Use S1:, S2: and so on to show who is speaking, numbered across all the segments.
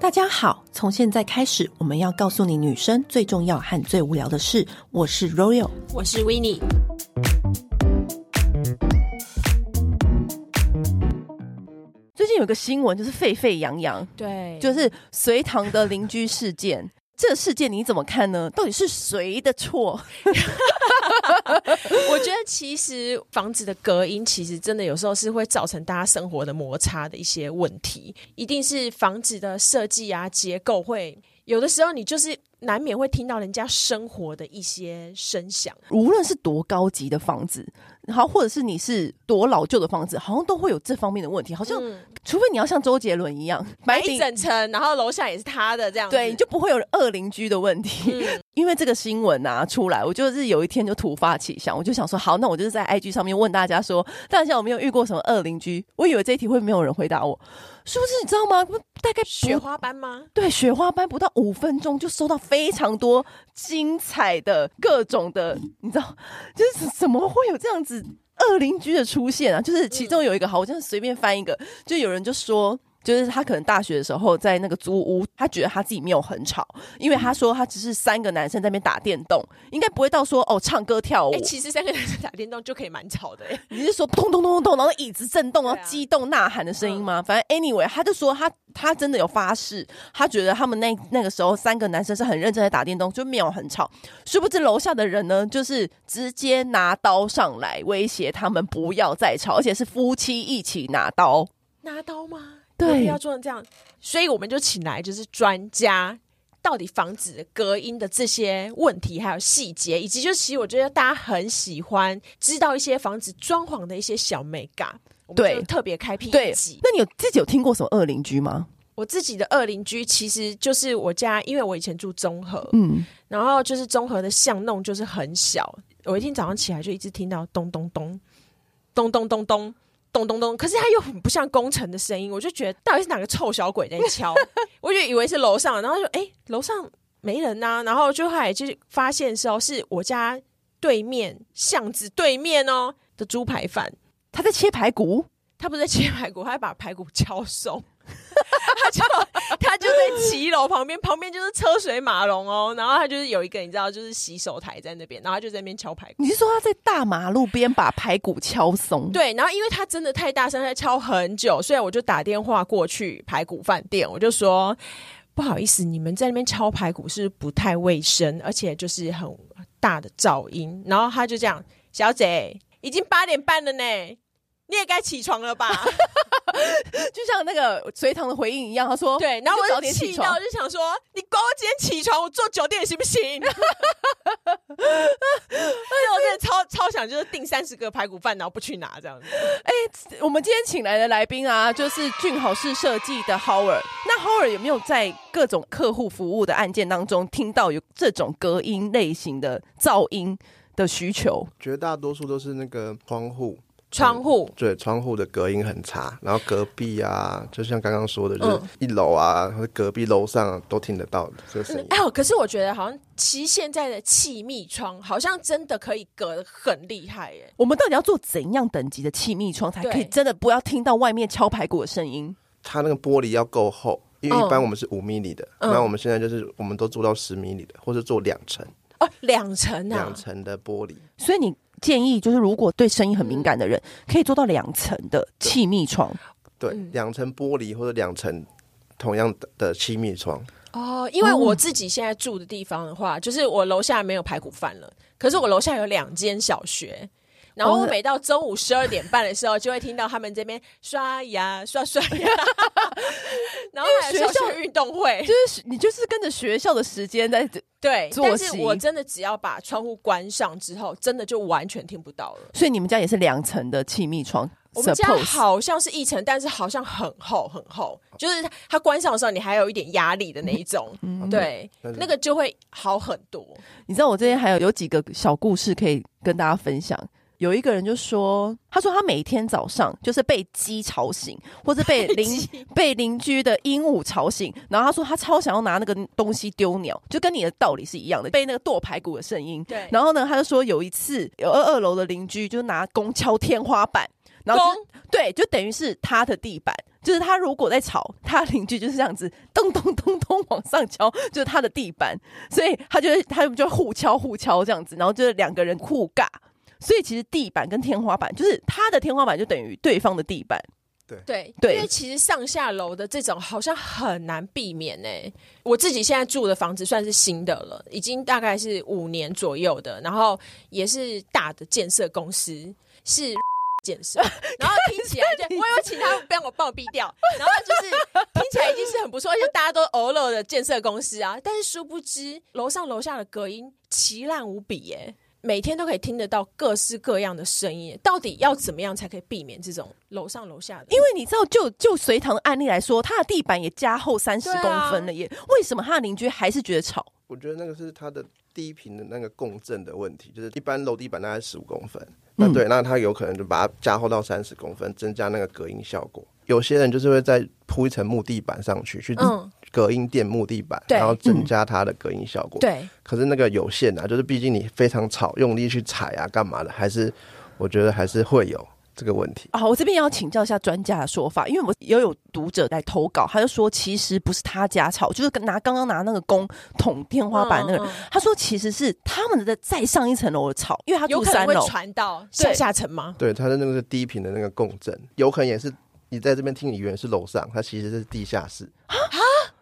S1: 大家好，从现在开始，我们要告诉你女生最重要和最无聊的事。我是 Royal，
S2: 我是 w i n n i e
S1: 最近有个新闻就是沸沸扬扬，
S2: 对 就
S1: 就是隋唐的邻居事件。这事件你怎么看呢？到底是谁的错？
S2: 我觉得其实房子的隔音，其实真的有时候是会造成大家生活的摩擦的一些问题，一定是房子的设计啊、结构会，有的时候你就是难免会听到人家生活的一些声响。
S1: 无论是多高级的房子，然后或者是你是多老旧的房子，好像都会有这方面的问题。好像、除非你要像周杰伦一样买
S2: 买一哎整层，然后楼下也是他的这样子，嗯
S1: 对，你就不会有恶邻居的问题。 因为这个新闻啊出来，我就是有一天就突发奇想，我就想说，好，那我就是在 IG 上面问大家说，大家有没有遇过什么恶邻居？我以为这一题会没有人回答我，是不是？你知道吗？大概
S2: 雪
S1: 不
S2: 花斑吗？
S1: 对雪花班不到五分钟就收到非常多精彩的各种的，你知道， 就是怎么会有这样子恶邻居的出现啊？就是其中有一个，好，我真的随便翻一个，就有人就说。就是他可能大学的时候在那个租屋，他觉得他自己没有很吵，因为他说他只是三个男生在那边打电动，应该不会到说哦唱歌跳舞。
S2: 哎、其实三个人打电动就可以蛮吵的、哎
S1: 你是说咚咚咚咚咚，然后椅子震动，然后
S2: 对啊
S1: 激动呐喊的声音吗？反正 anyway，他就说他他真的有发誓，他觉得他们那那个时候三个男生是很认真在打电动，就没有很吵。殊不知楼下的人呢，就是直接拿刀上来威胁他们不要再吵，而且是夫妻一起拿刀。
S2: 拿刀吗？
S1: 对
S2: 要不要做成这样，所以我们就请来就是专家，到底防止隔音的这些问题，还有细节，以及就其实我觉得大家很喜欢知道一些房子装潢的一些小美感。我们
S1: 对
S2: 就特别开辟
S1: 对
S2: 一集，。
S1: 那你有自己有听过什么恶邻居吗？
S2: 我自己的二邻居其实就是我家，因为我以前住中和，
S1: 嗯，
S2: 然后就是中和的巷弄就是很小，我一天早上起来就一直听到咚咚咚，咚咚咚咚。咚咚咚！可是它又很不像工程的声音，我就觉得到底是哪个臭小鬼在敲， 我就以为是楼上，然后就哎楼上没人呐、然后就后来就发现的时候是我家对面巷子对面哦的猪排饭，
S1: 他在切排骨。
S2: 他不是在切排骨，他还把排骨敲松。他就他就在骑楼旁边，旁边就是车水马龙哦。然后他就是有一个你知道，就是洗手台在那边，然后他就在那边敲排骨。
S1: 你是说他在大马路边把排骨敲松？
S2: 对，然后因为他真的太大声，他敲很久，所以我就打电话过去排骨饭店，我就说不好意思，你们在那边敲排骨是不太卫生，而且就是很大的噪音。然后他就这样，小姐已经八点半了呢，你也该起床了吧？
S1: 就像那个隋唐的回应一样，他说
S2: 对，然后
S1: 就早
S2: 我哦就
S1: 点起
S2: 气
S1: 床
S2: 到，就想说，你管我今天起床，我坐酒店行不 行？而且我真的超超想就是订三十个排骨饭，然后不去拿这样子。
S1: 我们今天请来的来宾啊，就是俊豪式设计的 Howard。那 Howard 有没有在各种客户服务的案件当中听到有这种隔音类型的噪音的需求？
S3: 绝大多数都是那个窗户，
S2: 窗户，
S3: 对，窗户的隔音很差，然后隔壁啊，就像刚刚说的，
S2: 嗯
S3: 就是一楼啊，或者隔壁楼上、啊、都听得到这个声音
S2: 哎。呦，可是我觉得好像其实现在的气密窗好像真的可以隔得很厉害耶。
S1: 我们到底要做怎样等级的气密窗，才可以
S2: 对
S1: 真的不要听到外面敲排骨的声音？
S3: 它那个玻璃要够厚，因为一般
S2: 嗯
S3: 我们是五米米的，
S2: 嗯
S3: 那我们现在就是我们都做到十米米的，或者做两层
S2: 哦，两层啊
S3: 两，层的玻璃。
S1: 所以你建议就是，如果对声音很敏感的人，可以做到两层的气密窗。
S3: 对，
S2: 嗯
S3: 两层玻璃或者两层同样的的气密窗，
S2: 哦，因为我自己现在住的地方的话，就是我楼下没有排骨饭了，可是我楼下有两间小学。然
S1: 哦
S2: 后我每到中午十二点半的时候，就会听到他们这边刷牙、刷刷 牙，然后还有
S1: 因为学
S2: 小
S1: 校
S2: 学运动会，
S1: 就是你就是跟着学校的时间在
S2: 对。
S1: 作
S2: 但
S1: 息
S2: 是我真的只要把窗户关上之后，真的就完全听不到了。
S1: 所以你们家也是两层的气密窗
S2: 我们家
S1: ，suppose
S2: 好像是一层，但是好像很厚很厚，就是它它关上的时候，你还有一点压力的那一种，
S1: 嗯
S2: 对，
S3: 但是
S2: 那个就会好很多。
S1: 你知道我这边还有有几个小故事可以跟大家分享。有一个人就说，他说他每天早上就是被鸡吵醒，或是被邻被邻居的鹦鹉吵醒，然后他说他超想要拿那个东西丢鸟，就跟你的道理是一样的，被那个剁排骨的声音。
S2: 对
S1: 然后呢，他就说有一次有二二楼的邻居就拿弓敲天花板，然后就
S2: 弓
S1: 对，就等于是他的地板，就是啊他如果在吵，他邻居就是这样子咚咚咚咚往上敲，就是他的地板，所以他就会他们就互敲互敲这样子，然后就是两个人互尬。所以其实地板跟天花板，就是他的天花板就等于对方的地板，
S2: 对
S1: 对
S2: 因为其实上下楼的这种好像很难避免呢、我自己现在住的房子算是新的了，已经大概是五年左右的，然后也是大的建设公司，是 建设，然后听起来就我有请他帮我暴毙掉，然后就是听起来已经是很不错，而且大家都欧乐的建设公司啊，但是殊不知楼上楼下的隔音奇烂无比耶、每天都可以听得到各式各样的声音，到底要怎么样才可以避免这种楼上楼下的？
S1: 因为你知道就，就隋唐的案例来说，他的地板也加厚三十
S2: 对
S1: 公
S2: 啊
S1: 分了耶，为什么他的邻居还是觉得吵？
S3: 我觉得那个是它的低频的那个共振的问题，就是一般楼地板大概十五公分，
S2: 嗯
S3: 那对，那它有可能就把它加厚到三十公分，增加那个隔音效果。有些人就是会再铺一层木地板上去，去
S2: 嗯
S3: 隔音垫木地板，
S2: 对嗯
S3: 然后增加它的隔音效果。，
S2: 对，
S3: 可是那个有限啊，就是毕竟你非常吵，用力去踩啊，干嘛的，还是我觉得还是会有这个问题。
S1: 啊，我这边也要请教一下专家的说法，因为我也有读者来投稿，他就说其实不是他家吵，就是跟拿刚刚拿那个弓捅天花板那个人，
S2: 嗯嗯
S1: 他说其实是他们的再上一层楼的吵，因为他
S2: 有
S1: 住
S2: 可能
S1: 三
S2: 会
S1: 楼，
S2: 传到
S1: 对
S2: 上下层吗？
S3: 对，它的那个是低频的那个共振，有可能也是你在这边听，你以为是楼上，它其实是地下室。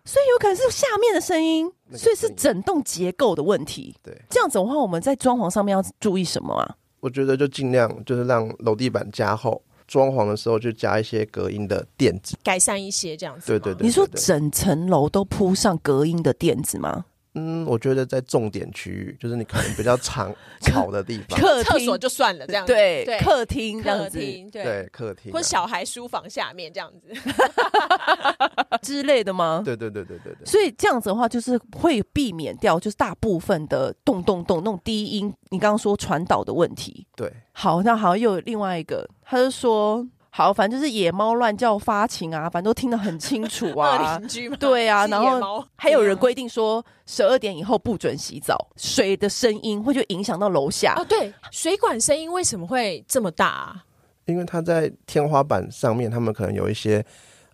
S1: 所以有可能是下面的声音，
S3: 那个
S1: 所以是
S3: 声音
S1: 整栋结构的问题。
S3: 对，
S1: 这样子的话，我们在装潢上面要注意什么啊？
S3: 我觉得就尽量就是让楼地板加厚，装潢的时候就加一些隔音的垫子。
S2: 改善一些这样子吗。
S3: 对对对
S1: 你说整层楼都铺上隔音的垫子吗？
S3: 嗯，我觉得在重点区域，就是你可能比较常吵的地方，
S1: 客
S2: 厕
S1: 厅
S2: 所就算了，这样子
S1: 对
S2: 对，
S1: 客厅这样
S2: 客
S1: 子
S2: 厅对，
S3: 对客厅、啊，
S2: 或小孩书房下面这样子。
S1: 啊之类的吗？
S3: 对对对对对对，
S1: 所以这样子的话，就是会避免掉就是大部分的动动动那种低音，你刚刚说传导的问题。
S3: 对
S1: 好，那好，又有另外一个，他就说，好，反正就是野猫乱叫发情啊，反正都听得很清楚
S2: 二
S1: 啊。
S2: 邻居嘛，
S1: 对啊
S2: 是野
S1: 然后
S2: 猫
S1: 还有人规定说，十二点以后不准洗澡，水的声音会就影响到楼下
S2: 哦，。对，水管声音为什么会这么大啊？
S3: 因为它在天花板上面，他们可能有一些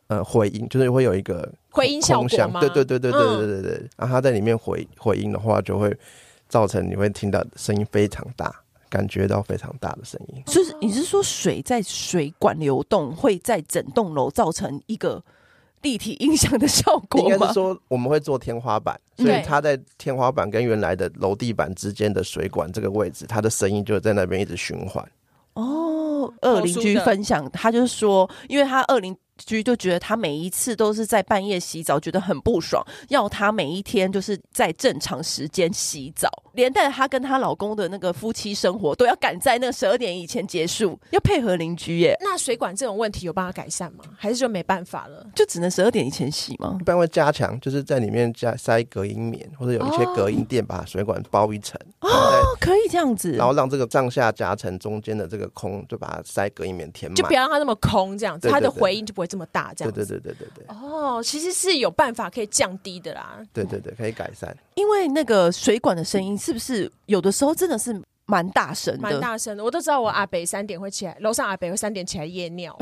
S3: 呃回音，就是会有一个
S2: 回音效
S3: 空
S2: 果
S3: 响
S2: 吗？
S3: 对对对对对对
S2: 嗯
S3: 对对，然后它在里面回回音的话，就会造成你会听到声音非常大，感觉到非常大的声音。
S1: 就是你是说水在水管流动会在整栋楼造成一个立体 音响的效果
S3: 应该
S1: 吗
S3: 是？说我们会做天花板，
S1: 嗯
S3: 所以它在天花板跟原来的楼地板之间的水管这个位置，它的声音就在那边一直循环。
S1: 哦，二邻居分享，他就是说，因为他二邻居就觉得他每一次都是在半夜洗澡，觉得很不爽，要他每一天就是在正常时间洗澡，连带她跟她老公的那个夫妻生活都要赶在那十二点以前结束，要配合邻居耶，
S2: 那水管这种问题有办法改善吗？还是就没办法了？
S1: 就只能十二点以前洗吗
S3: 一？般会加强，就是在里面加塞隔音棉，或者有一些隔
S2: 哦
S3: 音垫把水管包一层，然后再
S1: 哦，可以这样子，
S3: 然后让这个上下夹层中间的这个空，就把它塞隔音棉填
S2: 就不
S3: 满。
S2: 要让它那么空，这样子，
S3: 对对
S2: 它的
S3: 对
S2: 回音就不会这么大，这
S3: 对
S2: 样
S3: 对
S2: 子。
S3: 对对对对
S2: 哦，其实是有办法可以降低的啦。
S3: 对对对，可以改善。
S1: 因为那个水管的声音是不是有的时候真的是蛮大声
S2: 蛮
S1: 的？
S2: 大声的，我都知道我阿北三点会起来，楼上阿北会三点起来夜 尿，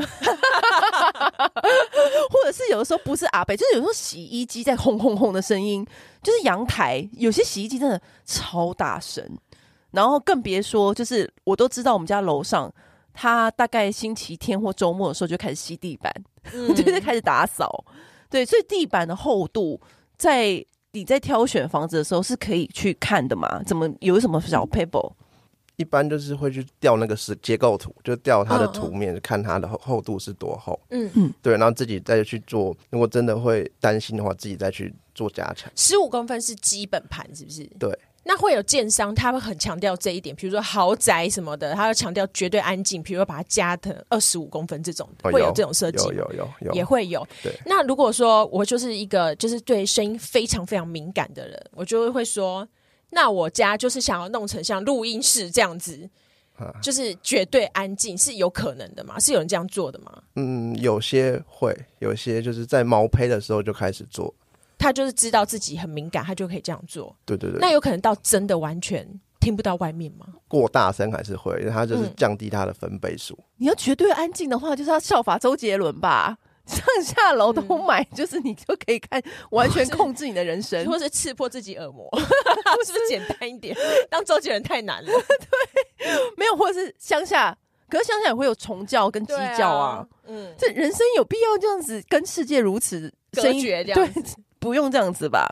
S1: 或者是有的时候不是阿北，就是有时候洗衣机在轰轰轰的声音，就是阳台有些洗衣机真的超大声，然后更别说就是我都知道我们家楼上。他大概星期天或周末的时候就开始吸地板，
S2: 嗯
S1: 就是开始打扫。对，所以地板的厚度，在你在挑选房子的时候是可以去看的嘛？怎么有什么小 paper？
S3: 一般就是会去调那个是结构图，就调它的
S2: 嗯嗯
S3: 图面，看它的厚厚度是多厚。
S2: 嗯，
S3: 对，然后自己再去做。如果真的会担心的话，自己再去做加强。
S2: 十五公分是基本盘，是不是？
S3: 对。
S2: 那会有建商，他会很强调这一点，比如说豪宅什么的，他会强调绝对安静，比如说把它加的二十五公分这种，
S3: 哦
S2: 会有
S3: 有
S2: 这种设计吗
S3: 有有有有，
S2: 也会有
S3: 对。
S2: 那如果说我就是一个就是对声音非常非常敏感的人，我就会说，那我家就是想要弄成像录音室这样子，
S3: 啊
S2: 就是绝对安静，是有可能的吗？是有人这样做的吗？
S3: 嗯，有些会，有些就是在毛胚的时候就开始做。
S2: 他就是知道自己很敏感，他就可以这样做。
S3: 对对对
S2: 那，有可能到真的完全听不到外面吗？
S3: 过大声还是会，因为它就是
S2: 嗯
S3: 降低它的分贝数。
S1: 你要绝对安静的话，就是要效法周杰伦吧。 上下楼都买，就是你就可以看，完全控制你的人 生。
S2: 或是刺破自己耳 膜，是不是简单一 点？当周杰伦太难了，
S1: 没有，或是乡下，可是乡下也会有虫叫跟鸡叫啊。
S2: 对啊，嗯，
S1: 这人生有必要这样子跟世界如此
S2: 隔
S1: 声音
S2: 绝这
S1: 对
S2: 样，
S1: 不用这样子吧？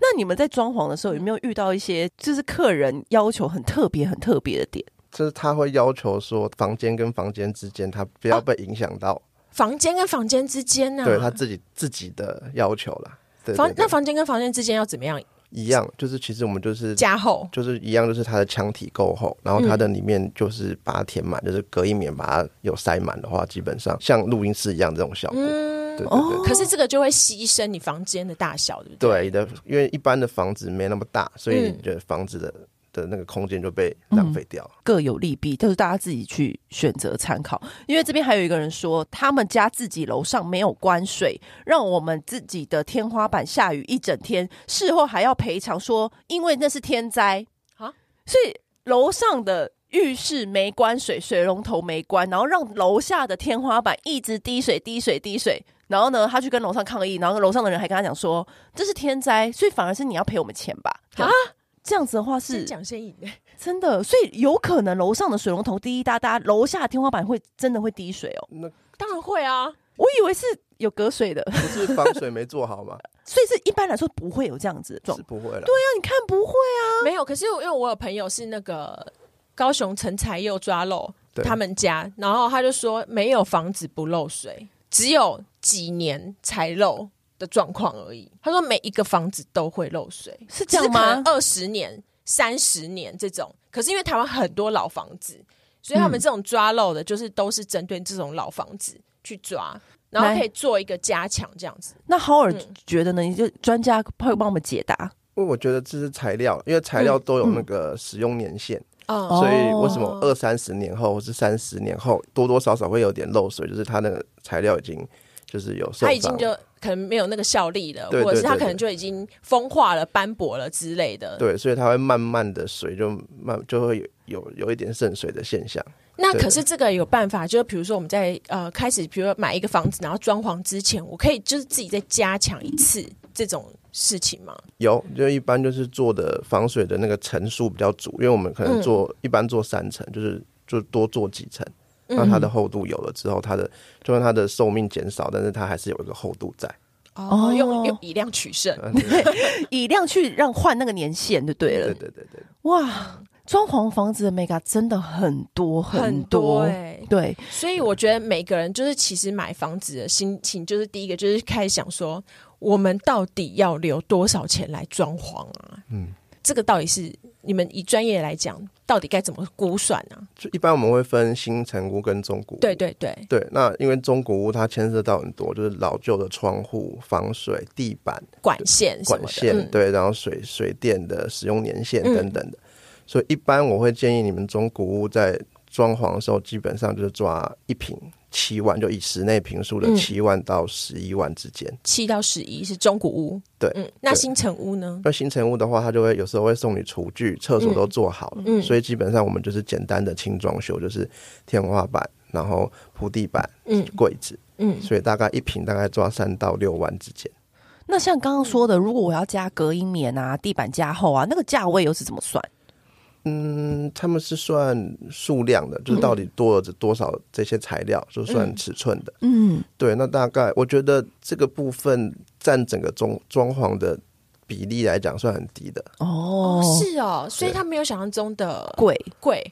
S1: 那你们在装潢的时候有没有遇到一些就是客人要求很特别、很特别的点？
S3: 就是他会要求说，房间跟房间之间，他
S2: 哦
S3: 不要被影响到，
S2: 房间跟房间之间呢、啊
S3: 对他自己自己的要求啦。对
S2: 房
S3: 对对
S2: 那房间跟房间之间要怎么样
S3: 一样，就是其实我们就是
S2: 加厚？
S3: 就是一样，就是它的墙体够厚，然后它的里面就是把它填满，就是隔音棉把它有塞满的话，基本上像录音室一样这种效果。
S2: 嗯
S3: 对对
S1: 哦
S3: 对。
S2: 可是这个就会牺牲你房间的大小，对不对？
S3: 对的，因为一般的房子没那么大，所以
S2: 嗯
S3: 你的房子的、的那个空间就被浪费掉了。
S1: 各有利弊，就是大家自己去选择参考。因为这边还有一个人说，他们家自己楼上没有关水，让我们自己的天花板下雨一整天，事后还要赔偿说，因为那是天灾
S2: 啊
S1: 所以楼上的。浴室没关水，水龙头没关，然后让楼下的天花板一直滴水、滴水、滴水。然后呢，他去跟楼上抗议，然后楼上的人还跟他讲说这是天灾，所以反而是你要赔我们钱吧？
S2: 啊，
S1: 这样子的话是
S2: 先讲先赢。
S1: 真的，所以有可能楼上的水龙头滴滴答答，楼下天花板会真的会滴水哦。
S3: 那
S2: 当然会啊，
S1: 我以为是有隔水的，
S2: 嗯
S3: 不是防水没做好 吗？
S1: 所以是一般来说不会有这样子的状
S2: 啊
S3: 是
S1: 况。
S3: 不会了。
S1: 那你看不会啊？
S2: 没有。可是因为我有朋友是那个高雄成才又抓漏
S3: 对
S2: 他们家，然后他就说没有房子不漏水，只有几年才漏的状况而已。他说每一个房子都会漏水，
S1: 是这样吗？
S2: 二十年、三十年这种，可是因为台湾很多老房子，所以
S1: 嗯
S2: 他们这种抓漏的，就是都是针对这种老房子去抓，然后
S1: 来
S2: 可以做一个加强这样子。
S1: 那浩尔
S2: 嗯
S1: 觉得呢？你就专家会帮我们解答。
S3: 因为我觉得这是材料，因为材料都有那个使用年限，
S2: 嗯
S1: 哦
S3: 所以为什么二三十年后或是三十年后，多多少少会有点漏水，就是它那个材料已经就是有受
S2: 它已经
S3: 伤。
S2: 就可能没有那个效力了，
S3: 对
S2: 或者是
S3: 对
S2: 它
S3: 对
S2: 可能就已经风化了、斑驳了之类的。
S3: 对，所以它会慢慢的水就慢就会有有有一点渗水的现象。
S2: 那
S3: 对
S2: 可是这个有办法，就是比如说我们在呃开始，比如说买一个房子，然后装潢之前，我可以就是自己再加强一次这种事情吗？
S3: 有，就一般就是做的防水的那个层数比较足，因为我们可
S1: 嗯
S3: 能做、一般做三层，就是就多做几层，
S1: 嗯
S3: 那嗯它的厚度有了之后，它的就算它的寿命减少，但是它还是有一个厚度在。
S2: 哦，
S1: 哦
S2: 用用以量取胜。
S3: 嗯对
S1: 以量去让换那个年限就对了。
S3: 对对对对，
S1: 哇，装潢房子的 mega 真的很多
S2: 很
S1: 多。
S2: 哎、
S1: 对，
S2: 所以我觉得每个人就是其实买房子的心情，就是第一个就是开始想说，我们到底要留多少钱来装潢啊？
S3: 嗯，
S2: 这个到底是你们以专业来讲，到底该怎么估算啊？
S3: 就一般我们会分新城屋跟中古屋。
S2: 对对对，
S3: 对，那因为中古屋它牵涉到很多，就是老旧的窗户、防水、地板、
S2: 管线什么
S3: 管
S2: 的
S3: 线，
S2: 嗯
S3: 对，然后水水电的使用年限
S2: 嗯
S3: 等等的。所以一般我会建议你们中古屋在装潢的时候，基本上就是抓一平七万，就以室内平数的
S2: 嗯
S3: 七万到十一万之间。
S2: 七到十一是中古屋，
S3: 对
S2: 嗯，那
S3: 对
S2: 新城屋呢？
S3: 那新成屋的话，它就会有时候会送你厨具、厕所都做好了，
S2: 嗯嗯
S3: 所以基本上我们就是简单的轻装修，就是天花板，然后铺地板、
S2: 嗯
S3: 柜子，
S2: 嗯，
S3: 所以大概一平大概抓三到六万之间。
S1: 那像刚刚说的，如果我要加隔音棉啊、地板加厚啊，那个价位又是怎么算？
S3: 嗯，他们是算数量的，就是到底多了多少这些材料，就算尺寸的。
S1: 嗯，
S3: 对，那大概我觉得这个部分占整个装装潢的比例来讲算很低的。
S1: 哦
S2: 哦，是哦，所以他没有想象中的
S1: 贵。
S2: 贵，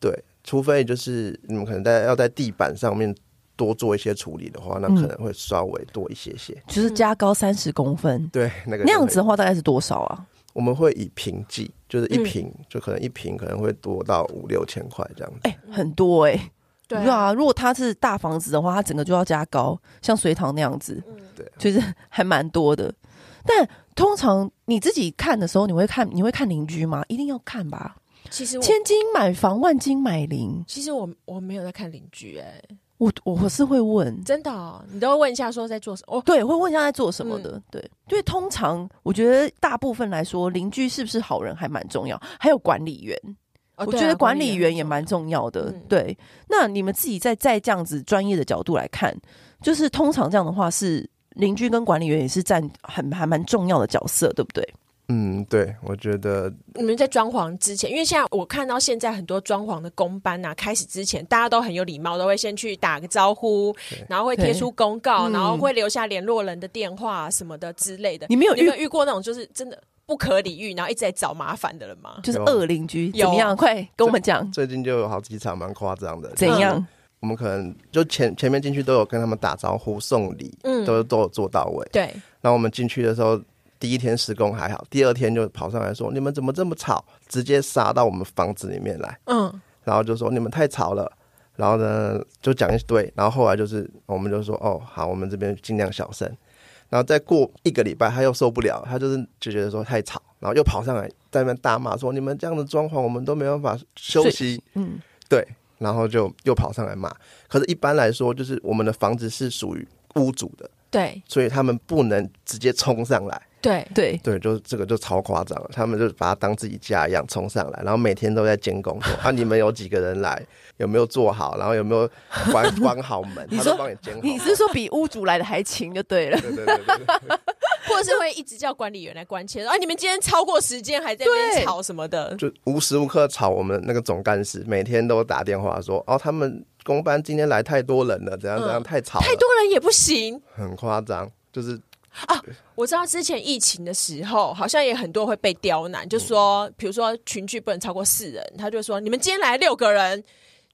S3: 对，除非就是你们可能在要在地板上面多做一些处理的话，那可能会稍微多一些些。
S1: 就是加高三十公分，
S3: 对，那个
S1: 那样
S3: 就会
S1: 子哦的话大概是多少啊？
S3: 我们会以平计，就是一平，
S1: 嗯
S3: 就可能一平可能会多到五六千块这样子。
S1: 哎、很多哎、
S2: 嗯对
S1: 对啊，如果它是大房子的话，它整个就要加高，像隋唐那样子，
S2: 嗯
S3: 对啊
S1: 就是还蛮多的。但通常你自己看的时候，你会看你会看邻居吗？一定要看吧。
S2: 其实我
S1: 千金买房，万金买邻。
S2: 其实我我没有在看邻居、哎，
S1: 我我是会问，
S2: 真的哦、你都会问一下说在做什么？哦，
S1: 对，会问一下在做什么
S2: 嗯
S1: 的。对，因为通常我觉得大部分来说，邻居是不是好人还蛮重要，还有管理员。
S2: 哦
S1: 我
S2: 对啊
S1: 觉得管
S2: 管
S1: 理
S2: 理
S1: 员
S2: 员
S1: 也蛮重要的。
S2: 嗯
S1: 对，那你们自己在在这样子专业的角度来看，就是通常这样的话是邻居跟管理员也是占很还蛮重要的角色，对不对？
S3: 嗯，对，我觉得
S2: 你们在装潢之前，因为现在我看到现在很多装潢的工班啊，开始之前大家都很有礼貌，都会先去打个招呼，然后会贴出公告，
S1: 对嗯嗯
S2: 然后会留下联络人的电话什么的之类的。
S1: 你们有
S2: 你有没有
S1: 遇
S2: 遇过那种就是真的不可理喻，然后一直在找麻烦的人吗？
S1: 就是
S3: 有啊
S1: 恶邻居
S2: 有
S1: 怎么样？快跟我们讲
S3: 最近就有好几场蛮夸张的。
S1: 怎
S3: 就是
S1: 样？
S3: 我们可能就前前面进去都有跟他们打招呼、送礼，
S2: 嗯
S3: 都都有做到位。
S2: 对，
S3: 然后我们进去的时候，第一天施工还好，第二天就跑上来说：“你们怎么这么吵？”直接杀到我们房子里面来，
S2: 嗯，
S3: 然后就说：“你们太吵了。”然后呢，就讲一堆。然后后来就是，我们就说：“哦，好，我们这边尽量小声。”然后再过一个礼拜，他又受不了，他就是就觉得说太吵，然后又跑上来在那边大骂说：“你们这样的装潢，我们都没办法休息。”
S1: 嗯，
S3: 对，然后就又跑上来骂。可是，一般来说，就是我们的房子是属于屋主的，
S2: 对
S3: 所以他们不能直接冲上来。
S2: 对，
S1: 对，
S3: 对，就是这个就超夸张了，他们就把它当自己家一样冲上来，然后每天都在监工说啊，你们有几个人来，有没有做好，然后有没有 关关好门，
S1: 你
S3: 他
S1: 说
S3: 都帮你监好。
S1: 你是说比屋主来的还勤就对了。
S3: 对？对对对对，
S2: 或者是会一直叫管理员来关切，啊，你们今天超过时间还在那
S1: 对
S2: 边吵什么的，
S3: 就无时无刻吵我们那个总干事，每天都打电话说哦，他们工班今天来太多人了，怎样怎样，
S2: 嗯
S3: 太吵了，
S2: 太多人也不行。
S3: 很夸张，就是
S2: 我知道之前疫情的时候，好像也很多会被刁难，就说，比如说群聚不能超过四人，他就说你们今天来六个人，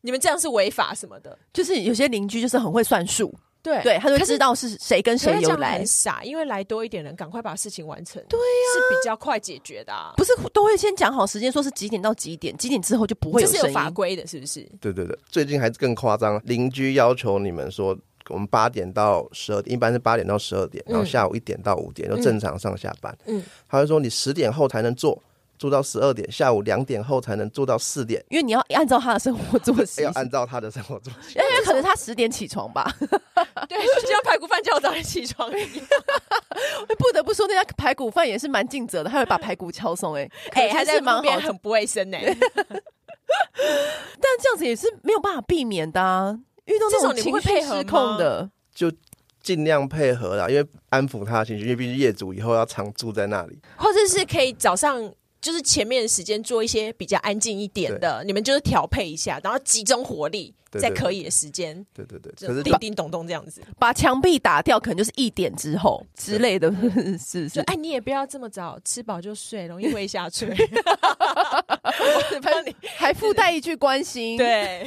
S2: 你们这样是违法什么的。
S1: 就是有些邻居就是很会算数，
S2: 对
S1: 对，他就
S2: 可
S1: 知
S2: 是
S1: 道是谁跟
S2: 可
S1: 谁
S2: 是这
S1: 有
S2: 样
S1: 来
S2: 很，傻，因为来多一点人，赶快把事情完成，对呀、是比较快解决的、啊。
S1: 不是都会先讲好时间，说是几点到几点，几点之后就不会
S2: 这
S1: 有
S2: 是
S1: 声
S2: 有法
S1: 音。
S2: 规的，是不是？
S3: 对对对，最近还更夸张，邻居要求你们说，我们八点到十二点，一般是八点到十二点，
S2: 嗯
S3: 然后下午一点到五点就正常上下班。
S2: 嗯，
S3: 他会说你十点后才能做，做到十二点，下午两点后才能做到四点，
S1: 因为你要按照他的生 活作息，
S3: 要按照他的生活作息
S1: 因。为可能他十点起床 吧。
S2: 对，就像排骨饭叫我早点起床一样。
S1: 哎不得不说，那家排骨饭也是蛮尽责的，他会把排骨敲松、欸，哎、
S2: 哎、
S1: 欸，
S2: 还
S1: 还
S2: 在
S1: 是蛮
S2: 旁
S1: 好
S2: 边
S1: 的。
S2: 很不卫生呢、
S1: 但这样子也是没有办法避免的、啊。遇到那
S2: 这种你们
S1: 情
S2: 会
S1: 绪
S2: 配合
S1: 失
S2: 吗
S1: 控的，
S3: 尽量配合啦，因为安抚他的情绪，因为毕竟业主以后要常住在那里。
S2: 或者是可以早上就是前面的时间做一些比较安静一点的，你们就是调配一下，然后集中火力
S3: 对
S2: 在
S3: 对
S2: 可以的时间，
S3: 对对对，
S2: 就
S3: 可是
S2: 叮
S3: 八
S2: 叮咚咚这样子。
S1: 把墙壁打掉，可能就是一点之后之类的， 是。
S2: 就是哎，你也不要这么早吃饱就睡，容易会下 垂。
S1: 反正还附带一句关心，。
S2: 对，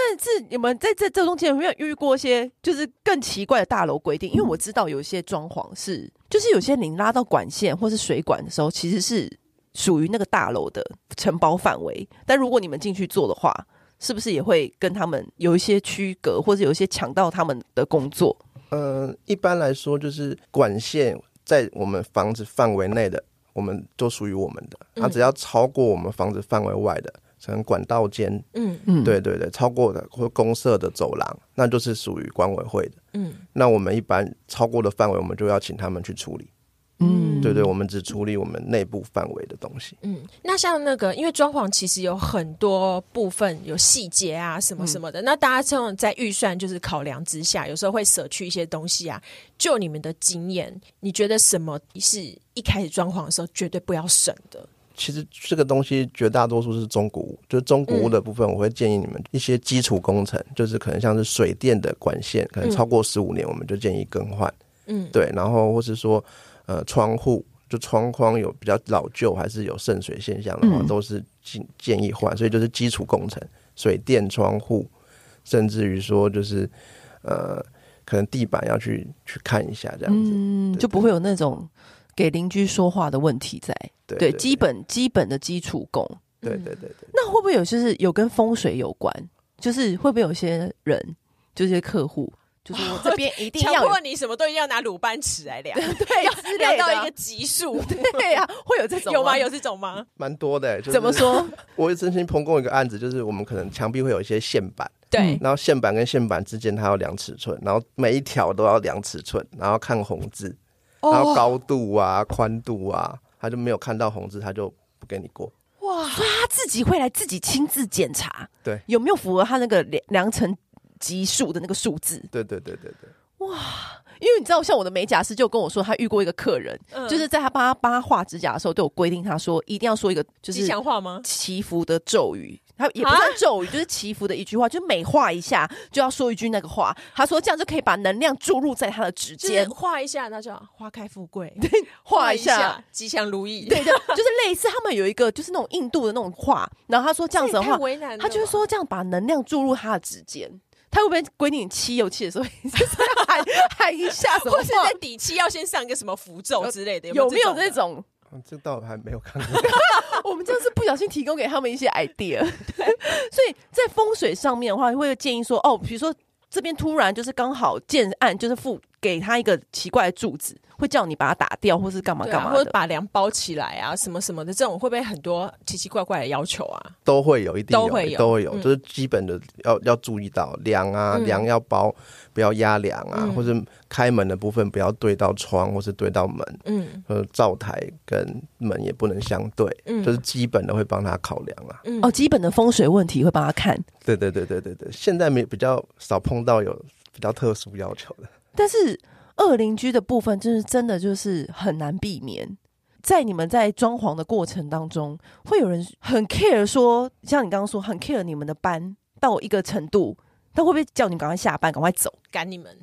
S1: 但是你们在这这中间有没有遇过一些就是更奇怪的大楼规定？因为我知道有一些装潢是，就是有些你拉到管线或是水管的时候，其实是属于那个大楼的承包范围。但如果你们进去做的话，是不是也会跟他们有一些区隔，或者有一些抢到他们的工作？
S3: 嗯、一般来说就是管线在我们房子范围内的，我们都属于我们的。它、
S2: 嗯
S3: 只要超过我们房子范围外的，可能管道间
S2: 嗯
S1: 嗯，
S3: 对对对，超过的或公社的走廊，那就是属于管委会的。
S2: 嗯，
S3: 那我们一般超过的范围，我们就要请他们去处理。
S1: 嗯
S3: 对对，我们只处理我们内部范围的东西。
S2: 嗯，那像那个，因为装潢其实有很多部分有细节啊，什么
S1: 嗯
S2: 什么的。那大家这种在预算就是考量之下，有时候会舍去一些东西啊。就你们的经验，你觉得什么是一开始装潢的时候绝对不要省的？
S3: 其实这个东西绝大多数是中古屋，就是中古
S1: 嗯
S3: 屋的部分，我会建议你们一些基础工程，就是可能像是水电的管线，可
S1: 嗯
S3: 能超过十五年，我们就建议更换。
S2: 嗯，
S3: 对，然后或是说，呃，窗户就窗框有比较老旧，还是有渗水现象的话，
S1: 嗯
S3: 都是建建议换。所以就是基础工程，水电、窗户，甚至于说就是呃，可能地板要去去看一下这样子。
S1: 嗯，
S3: 对
S1: 就不会有那种给邻居说话的问题在。
S3: 对
S1: 对，
S3: 对
S1: 基嗯本基本的基础功。
S3: 对对对对对
S1: 那会不会有就是有跟风水有关？就是会不会有些人，就是些客户，就是我这边一定
S2: 强
S1: 要有
S2: 迫你什么都一定要拿鲁班尺来量，
S1: 对之
S2: 量
S1: 类
S2: 到一
S1: 的啊
S2: 个级数，
S1: 对呀、会有这种
S2: 有吗？有这种吗？
S3: 蛮多的、欸就是
S1: 怎么？说？
S3: 我曾经碰过一个案子，就是我们可能墙壁会有一些线板，
S2: 对，
S3: 然后线板跟线板之间它要量尺寸，然后每一条都要量尺寸，然后看红字，哦
S2: 哦
S3: 然后高度啊、宽度啊，他就没有看到红字，他就不给你过。
S2: 哇
S1: 所以他自己会来自己亲自检查，
S3: 对
S1: 有没有符合他那个量量程级数的那个数字。
S3: 对对对对对，
S1: 因为你知道，像我的美甲师就跟我说，他遇过一个客人，
S2: 嗯
S1: 就是在他帮他帮他画指甲的时候，都有规定，他说一定要说一个就
S2: 吉
S1: 是
S2: 祥话吗？
S1: 祈福的咒语。他也不算咒语，就是祈福的一句话，就每画一下就要说一句那个话。他说这样就可以把能量注入在他的指
S2: 就是
S1: 尖，
S2: 画一下，那叫花开富贵，
S1: 画一
S2: 一
S1: 下，
S2: 吉祥如意。
S1: 对，就就是类似他们有一个就是那种印度的那种画。然后他说这样子的
S2: 太
S1: 话，
S2: 为难了吧，
S1: 他就是说这样把能量注入他的指尖。他会不会规定你漆油漆的时候， 就是要喊喊一下什么
S2: 或
S1: 话？
S2: 是在底气要先上一个什么符咒之类的，
S1: 有没
S2: 没
S1: 有
S2: 这
S1: 那种？
S2: 种
S3: 嗯这倒还没有 看过。
S1: 我们就是不小心提供给他们一些 idea。所以在风水上面的话，会建议说，哦，比如说这边突然就是刚好建案，就是付给他一个奇怪的柱子，会叫你把它打掉，或是干嘛
S2: 对
S1: 干
S2: 啊，
S1: 嘛
S2: 或
S1: 的。
S2: 者把梁包起来啊，什么什么的，这种会不会很多奇奇怪怪的要求啊？
S3: 都会有，一定
S2: 都
S3: 有
S2: 会有
S3: 都会有，
S2: 嗯
S3: 就是基本的要要注意到梁啊，
S2: 嗯
S3: 梁要包，不要压梁啊，
S2: 嗯
S3: 或者开门的部分不要对到窗或是对到门，
S2: 嗯
S3: 呃，灶台跟门也不能相对，
S2: 嗯
S3: 就是基本的会帮他考量啊。
S2: 嗯
S1: 哦，，基本的风水问题会帮他看，
S3: 对对对对对对，现在没比较少碰到有比较特殊要求的，
S1: 但是恶邻居的部分，就是真的就是很难避免。在你们在装潢的过程当中，会有人很 care 说，像你刚刚说很 care 你们的班到一个程度，他会不会叫你赶快下班，赶快走，
S2: 赶你们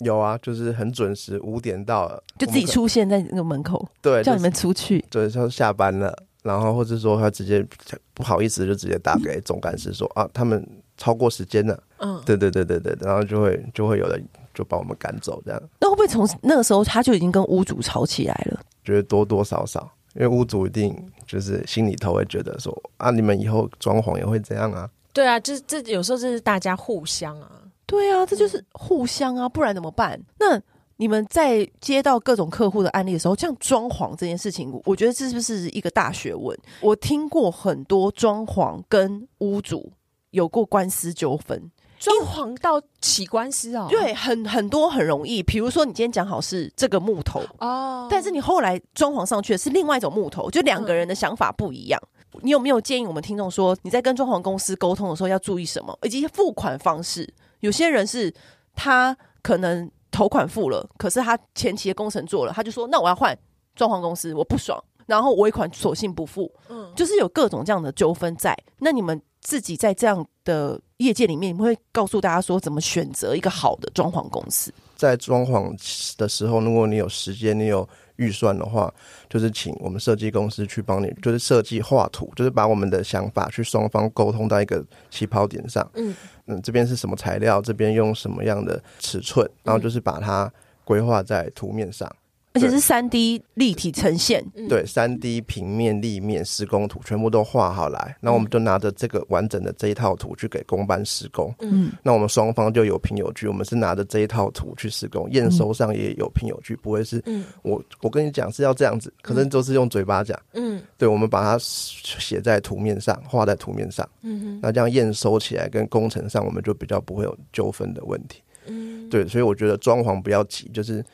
S3: 有啊，就是很准时，五点到了
S1: 就自己，
S3: 我们
S1: 出现在那个门口，
S3: 可对，
S1: 叫你
S3: 就是
S1: 们出去？
S3: 对，像下班了，然后或者说他直接不好意思就直接打给总干事说啊，他们超过时间了。
S2: 嗯，
S3: 对对对对对，然后就会就会有人就把我们赶走，这样
S1: 那会不会从那个时候他就已经跟屋主吵起来了？
S3: 觉得多多少少，因为屋主一定就是心里头会觉得说啊，你们以后装潢也会这样啊，
S2: 对啊，就是这有时候这是大家互相啊，
S1: 对啊，这就是互相啊，不然怎么办？那你们在接到各种客户的案例的时候，像装潢这件事情，我觉得这是不是一个大学问？我听过很多装潢跟屋主有过官司纠纷，
S2: 装潢到起官司哦，
S1: 对，很很多很容易。比如说，你今天讲好是这个木头，
S2: 哦，
S1: 但是你后来装潢上去的是另外一种木头，就两个人的想法不一样。你有没有建议我们听众说，你在跟装潢公司沟通的时候要注意什么，以及付款方式？有些人是他可能头款付了，可是他前期的工程做了，他就说那我要换装潢公司，我不爽，然后尾款索性不付，
S2: 嗯
S1: 就是有各种这样的纠纷在。那你们自己在这样的业界里面，你们会告诉大家说怎么选择一个好的装潢公司？
S3: 在装潢的时候，如果你有时间，你有预算的话，就是请我们设计公司去帮你，就是设计画图，就是把我们的想法去双方沟通到一个起跑点上。
S2: 嗯
S3: 嗯，这边是什么材料，这边用什么样的尺寸，然后就是把它规划在图面上。
S1: 而且是三 D 立体呈现，
S2: 嗯
S3: 对，三 D 平面、立面、施工图全部都画好来，那我
S2: 嗯
S3: 们就拿着这个完整的这一套图去给工班施工。
S1: 嗯。
S3: 那我们双方就有凭有据，我们是拿着这一套图去施工，验收上也有凭有据，不会是
S2: 嗯
S3: 我我跟你讲是要这样子，可是都是用嘴巴讲。
S2: 嗯
S3: 对，我们把它写在图面上，画在图面上，
S2: 嗯哼
S3: 那这样验收起来跟工程上，我们就比较不会有纠纷的问题。
S2: 嗯，
S3: 对，所以我觉得装潢不要急，就是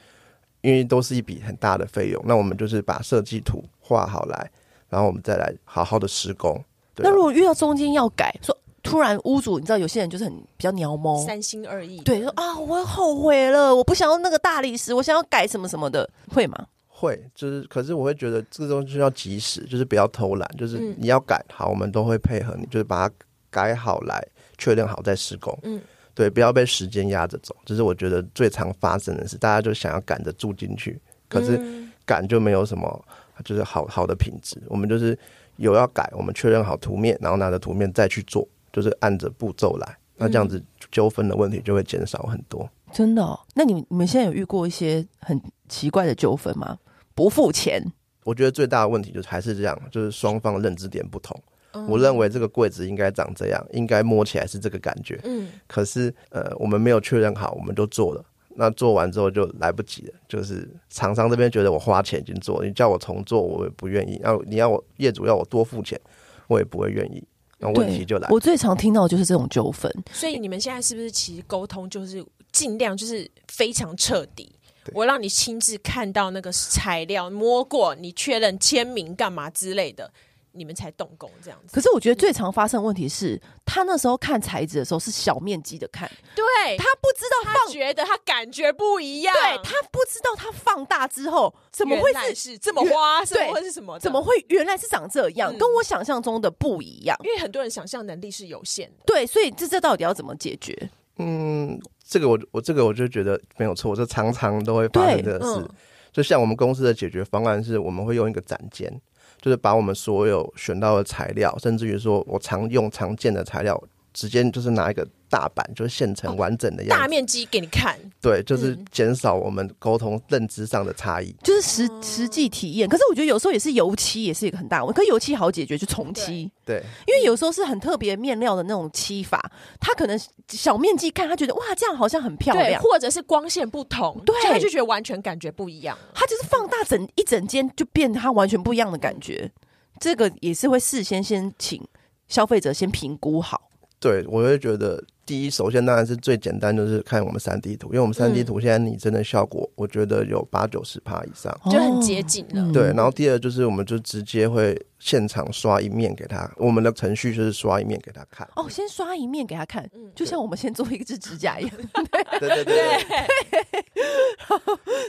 S3: 因为都是一笔很大的费用，那我们就是把设计图画好来，然后我们再来好好的施工。对啊、
S1: 那如果遇到中间要改，说突然屋主，你知道有些人就是很比较鸟毛，
S2: 三心二意，
S1: 对，说啊，我后悔了，我不想要那个大理石，我想要改什么什么的，会吗？
S3: 会就是，可是我会觉得这东西要及时，就是不要偷懒，就是
S2: 嗯
S3: 你要改好，我们都会配合你，就是把它改好来，确认好再施工。
S2: 嗯，
S3: 对，不要被时间压着走，这是我觉得最常发生的事，大家就想要赶着住进去，可是
S2: 嗯
S3: 赶就没有什么就是好好的品质。我们就是有要改，我们确认好图面，然后拿着图面再去做，就是按着步骤来。那这
S2: 嗯
S3: 样子纠纷的问题就会减少很多。
S1: 真的、哦？那你们你们现在有遇过一些很奇怪的纠纷吗？不付钱，
S3: 我觉得最大的问题就是还是这样，就是双方的认知点不同。
S2: 嗯
S3: 我认为这个柜子应该长这样，应该摸起来是这个感觉。
S2: 嗯
S3: 可是呃，我们没有确认好，我们就做了。那做完之后就来不及了，就是厂商这边觉得我花钱已经做，你叫我重做，我也不愿意。要你要我业主要我多付钱，我也不会愿意。那问题就来了
S1: 对。我最常听到的就是这种纠纷，
S2: 所以你们现在是不是其实沟通就是尽量就是非常彻底
S3: 对？
S2: 我让你亲自看到那个材料，摸过，你确认签名干嘛之类的，你们才动工这样子。
S1: 可是我觉得最常发生的问题是，他那时候看材质的时候是小面积的看，
S2: 对
S1: 他不知道
S2: 哎他
S1: 放，
S2: 觉得他感觉不一样，
S1: 对他不知道他放大之后怎么会
S2: 原来
S1: 是
S2: 是这么花，
S1: 对
S2: 怎么会是什么的？
S1: 怎么会原来是长这样，
S2: 嗯
S1: 跟我想象中的不一样。
S2: 因为很多人想象能力是有限的，
S1: 对，所以这这到底要怎么解决？
S3: 嗯，这个我我这个我就觉得没有错，这常常都会发生这个事。
S2: 嗯
S3: 就像我们公司的解决方案是，我们会用一个展间，就是把我们所有选到的材料，甚至于说我常用常见的材料，直接就是拿一个大板，就是现成完整的
S2: 哦
S3: 样
S2: 大
S3: 子。
S2: 面积给你看，
S3: 对，就是
S2: 嗯
S3: 减少我们沟通认知上的差异。
S1: 就是实
S2: 哦
S1: 实际体验，可是我觉得有时候也是油漆也是一个很大的问题，可是油漆好解决，就重漆，
S3: 对，
S1: 因为有时候是很特别面料的那种漆法，它可能小面积看，他觉得哇这样好像很漂
S2: 对，
S1: 亮，
S2: 或者是光线不同，
S1: 对
S2: 所以他就觉得完全感觉不一样。
S1: 它就是放大整一整间，就变它完全不一样的感觉。这个也是会事先先请消费者先评估好，
S3: 对，我会觉得第一，首先当然是最简单，就是看我们三 D 图，因为我们三 D
S2: 嗯
S3: 图现在拟真的效果，我觉得有八九十趴以上。
S2: 就很接近了
S1: 哦嗯
S3: 对，然后第二就是，我们就直接会现场刷一面给他，我们的程序就是刷一面给他看。
S1: 哦，先刷一面给他看，
S2: 嗯
S1: 就像我们先做一只指甲一样，
S3: 对对对对，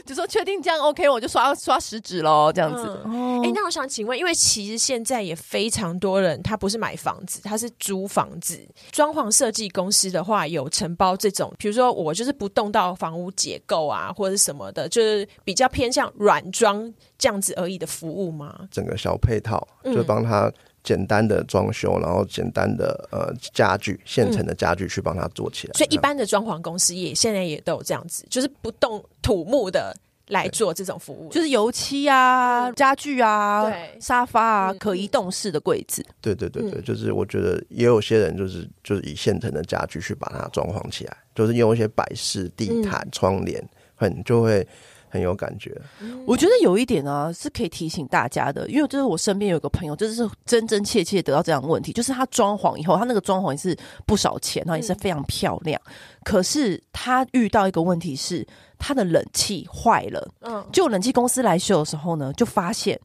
S1: 就说确定这样 OK，我就刷刷食指喽，这样子。
S2: 哎、
S1: 哦
S2: 那我想请问，因为其实现在也非常多人，他不是买房子，他是租房子。装潢设计公司的话，有承包这种，比如说我就是不动到房屋结构啊，或者是什么的，就是比较偏向软装这样子而已的服务吗？
S3: 整个小配套
S2: 嗯
S3: 就帮他简单的装修，然后简单的呃家具，现成的家具去帮他做起来。
S2: 嗯所以一
S1: 啊
S2: 般的装潢公司也现在也都有这样子，就是不动土木的来做这种服务，
S1: 就是油漆啊、家具啊
S2: 嗯对、
S1: 沙发啊、
S2: 嗯
S1: 可移动式的柜子，
S3: 对对对对，
S2: 嗯
S3: 就是我觉得也有些人就是就是以现成的家具去把它装潢起来，就是用一些摆饰、地
S2: 嗯
S3: 毯、窗帘，很就会很有感觉。
S2: 嗯
S1: 我觉得有一点啊是可以提醒大家的，因为就是我身边有一个朋友，就是真真切切得到这样的问题，就是他装潢以后，他那个装潢也是不少钱，然后也
S2: 嗯
S1: 是非常漂亮，可是他遇到一个问题是他的冷气坏了，
S2: 嗯，
S1: 就冷气公司来修的时候呢，就发现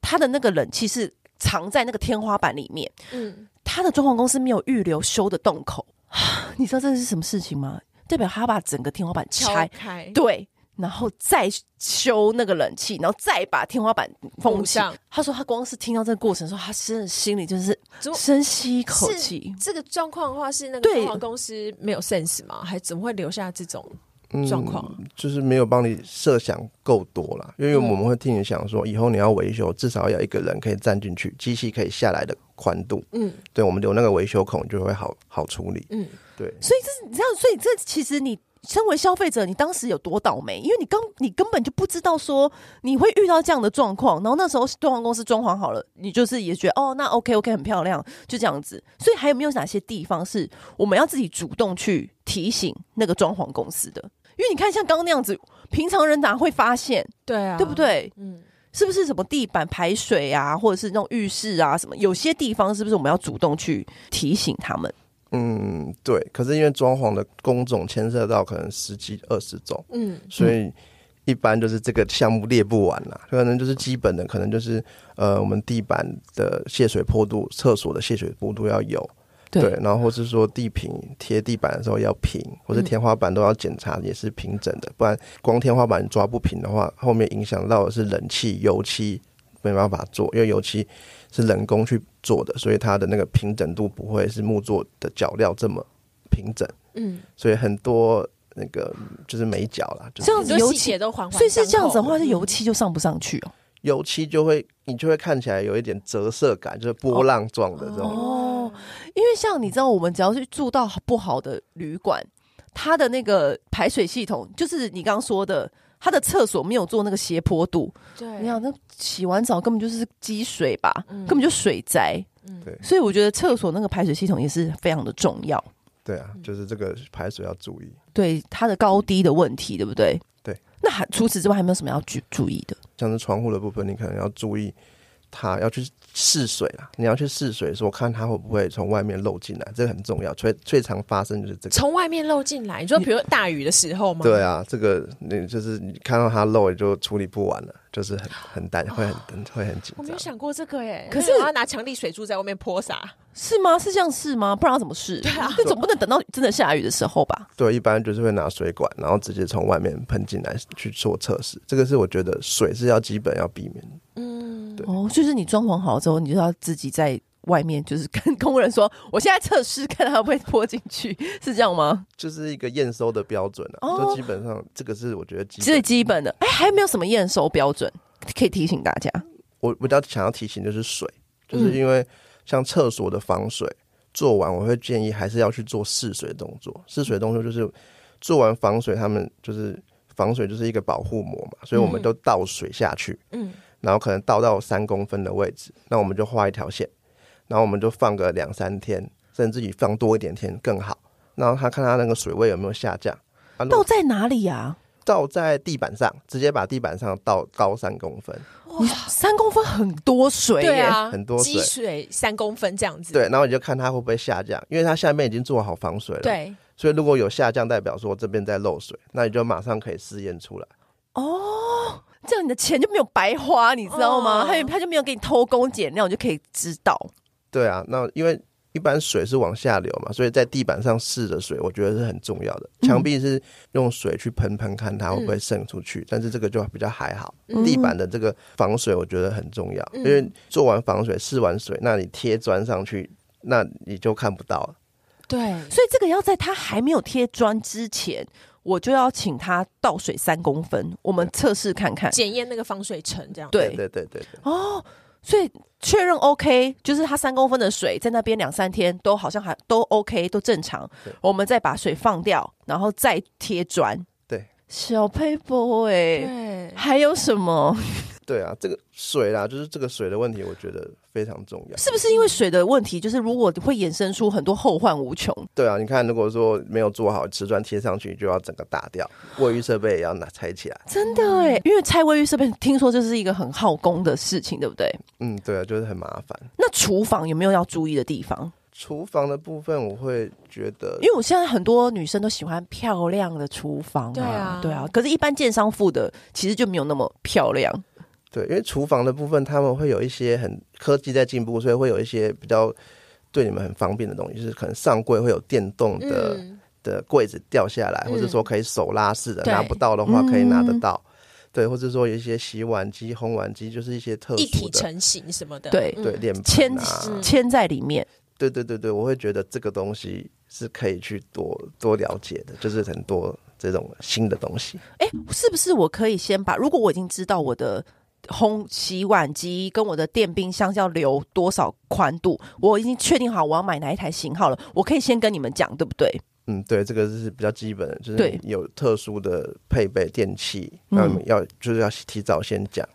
S1: 他的那个冷气是藏在那个天花板里面，
S2: 嗯，
S1: 他的装潢公司没有预留修的洞口， 你知道这是什么事情吗？代表他把整个天花板
S2: 敲
S1: 拆，
S2: 开，
S1: 对，然后再修那个冷气，然后再把天花板封
S2: 补
S1: 起
S2: 上。
S1: 他说他光是听到这个过程的时候，他真的心里就是
S2: 怎么
S1: 深吸一口气。
S2: 这个状况的话，是那个
S1: 对
S2: 装潢公司没有 sense 吗？还怎么会留下这种
S3: 嗯
S2: 状况？
S3: 就是没有帮你设想够多啦，因为我们会替你想说，以后你要维修，至少要一个人可以站进去，机器可以下来的宽度。
S2: 嗯
S3: 对，我们有那个维修孔就会好好处理。
S2: 嗯，
S3: 对，
S1: 所以这是你知道，所以这其实你身为消费者，你当时有多倒霉，因为你根你根本就不知道说你会遇到这样的状况。然后那时候装潢公司装潢好了，你就是也觉得哦，那 OK OK 很漂亮，就这样子。所以还有没有哪些地方是我们要自己主动去提醒那个装潢公司的？因为你看，像刚刚那样子，平常人哪会发现，
S2: 对啊，
S1: 对不？对？
S2: 嗯，
S1: 是不是什么地板排水啊，或者是那种浴室啊什么？有些地方是不是我们要主动去提醒他们？
S3: 嗯，对。可是因为装潢的工种牵涉到可能十几二十种，
S2: 嗯，
S3: 所以一般就是这个项目列不完啦，可能就是基本的，可能就是呃，我们地板的泄水坡度、厕所的泄水坡度要有，对，然后或是说地平贴地板的时候要平，或是天花板都要检查也是平整的，不然光天花板抓不平的话，后面影响到的是冷气、油漆没办法做，因为油漆是人工去做的，所以它的那个平整度不会是木做的脚料这么平整，
S2: 嗯，
S3: 所以很多那个就是美角啦，就是
S1: 这样
S2: 很
S1: 子
S2: 多
S1: 尤
S2: 细
S1: 其
S2: 节都缓缓相
S1: 所
S2: 扣。
S1: 以是这样子的话，
S2: 嗯
S1: 是油漆就上不上去哦。
S3: 油漆就会你就会看起来有一点折射感，就是波浪状的这种，
S1: 哦，因为像你知道，我们只要是住到不好的旅馆，它的那个排水系统，就是你刚刚说的，它的厕所没有做那个斜坡度，
S2: 对，
S1: 你想那洗完澡根本就是积水吧，
S2: 嗯
S1: 根本就水灾。
S2: 嗯
S3: 对
S1: 所以我觉得厕所那个排水系统也是非常的重要，
S3: 对啊，就是这个排水要注意。
S1: 对它的高低的问题，对不对？
S3: 对。
S1: 那还除此之外，还有没有什么要注注意的？
S3: 像是窗户的部分，你可能要注意它，要去试水啦。你要去试水的时候，看它会不会从外面漏进来，这个很重要。最最常发生就是这个。
S2: 从外面漏进来，你说比如大雨的时候吗？
S3: 对啊，这个你就是你看到它漏，你就处理不完了，就是很很担，会很会很紧
S2: 啊我没
S3: 张
S2: 有。想过这个耶，
S1: 可是
S2: 我要拿强力水柱在外面泼洒，
S1: 是吗？是这样是吗？不然要怎么试？对啊，总不能等到真的下雨的时候吧？
S3: 对，一般就是会拿水管，然后直接从外面喷进来去做测试。这个是我觉得水是要基本要避免的。
S1: 哦，就是你装潢好之后，你就要自己在外面，就是 跟工人说，我现在测试看它会不会泼进去，是这样吗？
S3: 就是一个验收的标准啊，
S1: 哦
S3: 就基本上这个是我觉得基
S1: 最
S3: 本。
S1: 基本的。哎，还有没有什么验收标准可以提醒大家？
S3: 我比较想要提醒就是水，就是
S1: 嗯
S3: 因为像厕所的防水做完，我会建议还是要去做试水动作。试水动作就是做完防水，他们就是防水就是一个保护膜嘛，所以我们
S2: 嗯
S3: 都倒水下去，
S2: 嗯，
S3: 然后可能倒到三公分的位置，那我们就画一条线，然后我们就放个两三天，甚至于放多一点天更好。然后他看他那个水位有没有下降，啊如
S1: 到
S3: 果
S1: 在哪里啊呀、
S3: 倒在地板上，直接把地板上倒高三公分。
S1: 你三公分很多水耶，
S2: 对啊，
S3: 很多水
S2: 积水三公分这样子，
S3: 对，然后你就看它会不会下降，因为它下面已经做好防水了。，
S2: 对，
S3: 所以如果有下降，代表说这边在漏水，那你就马上可以试验出来。
S1: 这样你的钱就没有白花，你知道吗？
S2: 哦
S1: 他、他就没有给你偷工减料，你就可以知道。
S3: 对啊，那因为一般水是往下流嘛，所以在地板上试的水，我觉得是很重要的。墙壁是用水去喷喷，看它会不会渗出去，但是这个就比较还好。
S1: 嗯
S3: 地板的这个防水，我觉得很重要，
S2: 嗯
S3: 因为做完防水、试完水，那你贴砖上去，那你就看不到了。
S2: 对，
S1: 所以这个要在他还没有贴砖之前，我就要请他倒水三公分，我们测试看看。
S2: 检验那个防水层这样。
S1: 对
S3: 对对对对。
S1: 哦，所以确认 OK，就是它三公分的水在那边两三天都好像还都 OK，都正常
S3: 对。
S1: 我们再把水放掉，然后再贴砖。
S3: 对，
S1: 小 paper 哎、
S2: 对，
S1: 还有什么？
S3: 对啊，这个水啦，就是这个水的问题，我觉得非常重要。
S1: 是不是因为水的问题，就是如果会衍生出很多后患无穷？
S3: 对啊，你看，如果说没有做好，瓷砖贴上去就要整个打掉，卫浴设备也要拿拆起来。
S1: 真的哎、因为拆卫浴设备，听说这是一个很耗工的事情，对不对？
S3: 嗯，对啊，就是很麻烦。
S1: 那厨房有没有要注意的地方？
S3: 厨房的部分，我会觉得
S1: 因，为我现在很多女生都喜欢漂亮的厨房、啊，
S2: 对啊
S1: 对啊。可是，一般建商付的其实就没有那么漂亮。
S3: 对，因为厨房的部分他们会有一些很科技在进步，所以会有一些比较对你们很方便的东西，就是可能上柜会有电动的、
S2: 嗯，
S3: 的柜子掉下来，
S2: 嗯
S3: 或者说可以手拉式的，
S2: 对
S3: 拿不到的话可以拿得
S1: 嗯
S3: 到。对，或者说有一些洗碗机、烘碗机，就是一些特
S2: 一
S3: 殊
S2: 体
S3: 的。
S2: 成型什么的。
S1: 对
S2: 嗯
S3: 对，脸
S1: 签
S3: 盆啊，
S1: 签在里面。
S3: 对对对对，我会觉得这个东西是可以去多多了解的，就是很多这种新的东西。
S1: 哎，是不是我可以先把？如果我已经知道我的烘洗碗机跟我的电冰箱要留多少宽度，我已经确定好我要买哪一台型号了，我可以先跟你们讲，对不对？
S3: 嗯，对，这个是比较基本的，就
S1: 对
S3: 是有特殊的配备电器，
S1: 嗯
S3: 那你要就是要提早先讲，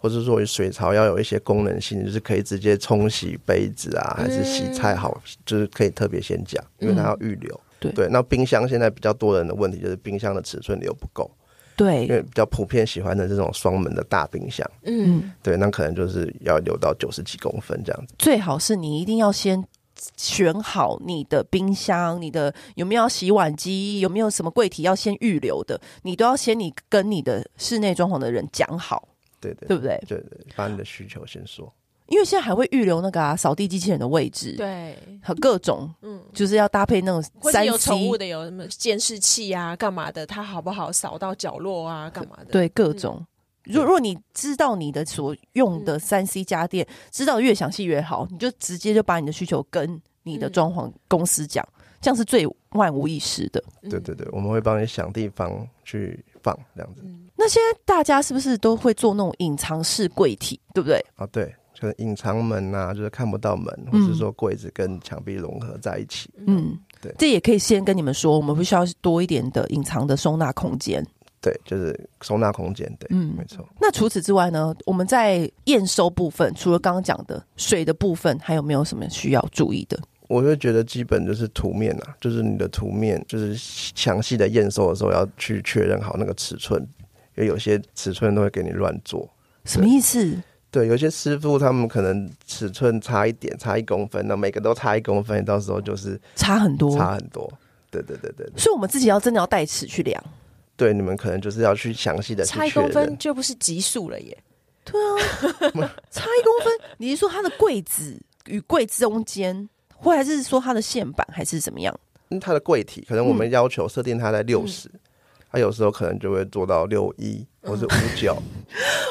S3: 或者说水槽要有一些功能性，就是可以直接冲洗杯子啊，还是洗菜好，就是可以特别先讲，因为它要预留。
S1: 嗯对
S3: 对，那冰箱现在比较多人的问题就是冰箱的尺寸留不够，因
S1: 对，
S3: 为比较普遍喜欢的这种双门的大冰箱。
S2: 嗯，
S1: 嗯，
S3: 对，那可能就是要留到九十几公分这样子。
S1: 最好是你一定要先。选好你的冰箱，你的有没有要洗碗机，有没有什么柜体要先预留的，你都要先你跟你的室内装潢的人讲好，
S3: 对对
S1: 对不对？
S3: 对对，把你的需求先说。
S1: 因为现在还会预留那个啊扫地机器人的位置，，
S2: 对，
S1: 和各种
S2: 嗯。
S1: 就是要搭配那种
S2: 或者
S1: 三
S2: 有
S1: C
S2: 宠物的，有什么监视器啊，干嘛的？它好不好扫到角落啊，干嘛的？，
S1: 对各种。如如果你知道你的所用的
S2: 嗯
S1: 三 C 家电，知道越详细越好，你就直接就把你的需求跟你的
S2: 嗯
S1: 装潢公司讲，这样是最万无一失的。
S3: 对对对，我们会帮你想地方去放这样子
S1: 那现在大家是不是都会做那种隐藏式柜体，对不对？
S3: 啊，对，就是隐藏门啊，就是看不到门，或
S1: 嗯
S3: 是说柜子跟墙壁融合在一起。
S1: 嗯，
S3: 对
S1: 这也可以先跟你们说，我们必须要多一点的隐藏的收纳空间。
S3: 对，就是收纳空间。对，
S1: 嗯
S3: 没错。
S1: 那除此之外呢，我们在验收部分，除了刚刚讲的水的部分，还有没有什么需要注意的？
S3: 我会觉得基本就是图面啊，就是你的图面，就是详细的验收的时候要去确认好那个尺寸，因为有些尺寸都会给你乱做。
S1: 什么意思？
S3: 对，有些师傅他们可能尺寸差一点，差一公分，那每个都差一公分，到时候就是
S1: 差很多。
S3: 差很多。对对对对对，
S1: 所以我们自己要真的要带尺去量。
S3: 对，你们可能就是要去详细的
S2: 差一公分就不是极速了耶。
S1: 对啊，差一公分，你是说它的柜子与柜子中间，或还是说它的线板，还是怎么样？
S3: 嗯它的柜体，可能我
S2: 嗯
S3: 们要求设定它在六十、它有时候可能就会做到六一或是五九，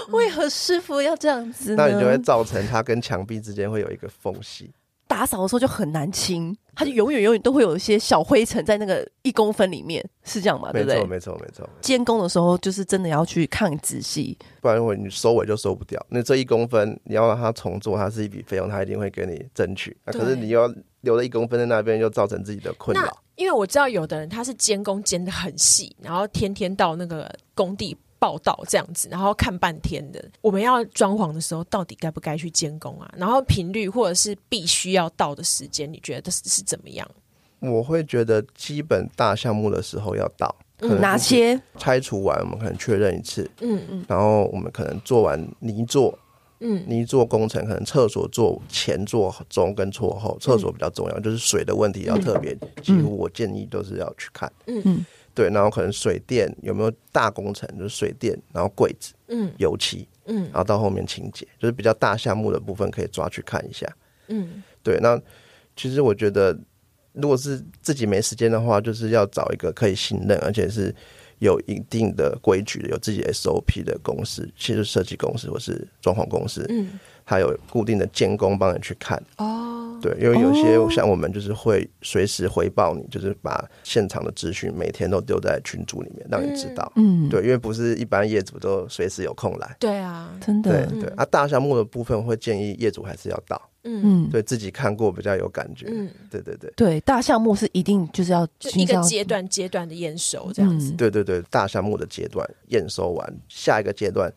S1: 为何师傅要这样
S2: 嗯
S1: 子呢？
S3: 那你就会造成它跟墙壁之间会有一个缝隙。
S1: 打扫的时候就很难清，它就永远永远都会有一些小灰尘在那个一公分里面，是这样
S2: 哦
S1: 嘛？对
S3: 没
S1: 不
S3: 错，
S1: 对？
S3: 没错，没错。
S1: 监工的时候就是真的要去看仔细，
S3: 不然会你收尾就收不掉。那这一公分你要让它重做，它是一笔费用，它一定会给你争取。那可是
S2: 对
S3: 你又要留了一公分在那边，又造成自己的困
S2: 那
S3: 扰。
S2: 因为我知道有的人他是监工监的很细，然后天天到那个工地报道这样子，然后看半天的。我们要装潢的时候，到底该不该去监工啊？然后频率或者是必须要到的时间，你觉得是是怎么样？
S3: 我会觉得基本大项目的时候要到，可能
S1: 嗯哪些
S3: 拆除完我们可能确认一次，
S2: 嗯嗯
S3: 然后我们可能做完泥做
S2: 嗯
S3: 泥做工程，可能厕所做前、做中跟做
S2: 嗯
S3: 后，厕所比较重要，就是水的问题要特别，几乎我建议都是要去看。
S2: 嗯
S1: 嗯，
S3: 对，然后可能水电有没有大工程，就是水电，然后柜子、
S2: 嗯
S3: 油漆，
S2: 嗯
S3: 然后到后面清洁，就是比较大项目的部分可以抓去看一下。
S2: 嗯，
S3: 对，那其实我觉得，如果是自己没时间的话，就是要找一个可以信任，而且是有一定的规矩的、有自己 SOP 的公司，其实设计公司或是装潢公司，
S2: 嗯，
S3: 它有固定的监工帮你去看。
S2: 哦，
S3: 对，因为有些像我们就是会随时回报你，就是把现场的资讯每天都丢在群组里面，让你知道。
S1: 嗯，
S3: 对，因为不是一般业主都随时有空来。
S2: 对啊，
S1: 真
S3: 对
S1: 的，
S3: 对，啊，大项目的部分会建议业主还是要到。
S2: 嗯
S1: 嗯，
S3: 对自己看过比较有感觉。
S2: 嗯，
S3: 对对对
S1: 对，大项目是一定就是要
S2: 就一个
S1: 要
S2: 阶段阶段的验收这样子。
S1: 嗯
S3: 对对对，大项目的阶段验收完，下一个阶段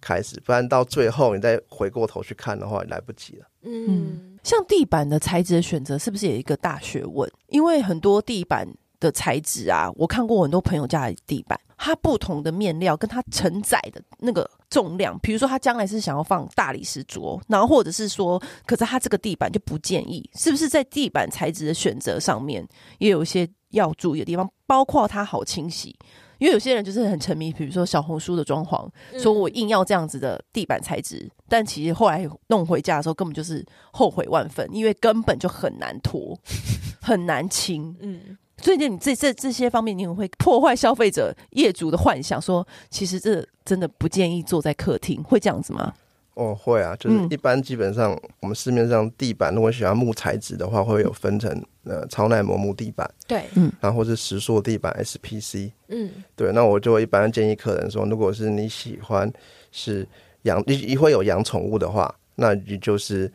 S3: 开始，不然到最后你再回过头去看的话，来不及了。
S2: 嗯
S1: 像地板的材质的选择，是不是也有一个大学问？因为很多地板的材质啊，我看过很多朋友家的地板，它不同的面料跟它承载的那个重量，比如说他将来是想要放大理石桌，然后或者是说，可是他这个地板就不建议，是不是在地板材质的选择上面也有一些要注意的地方，包括它好清洗。因为有些人就是很沉迷，比如说小红书的装潢，
S2: 嗯
S3: 嗯
S1: 说我硬要这样子的地板材质，但其实后来弄回家的时候，根本就是后悔万分，因为根本就很难 拖，很难清。
S2: 嗯
S1: 所以你这这这些方面，你很会破坏消费者、业主的幻想，说其实这真的不建议坐在客厅，会这样子吗？
S3: 哦，会啊，就是
S1: 嗯
S3: 一般基本上我们市面上地板，如果喜欢木材质的话，会有分成呃超耐磨木地板，
S2: 对，
S3: 然后或是石塑地板 SPC。
S2: 嗯
S3: 对，那我就一般建议客人说，如果是你喜欢是养，你你会有养宠物的话，那你就是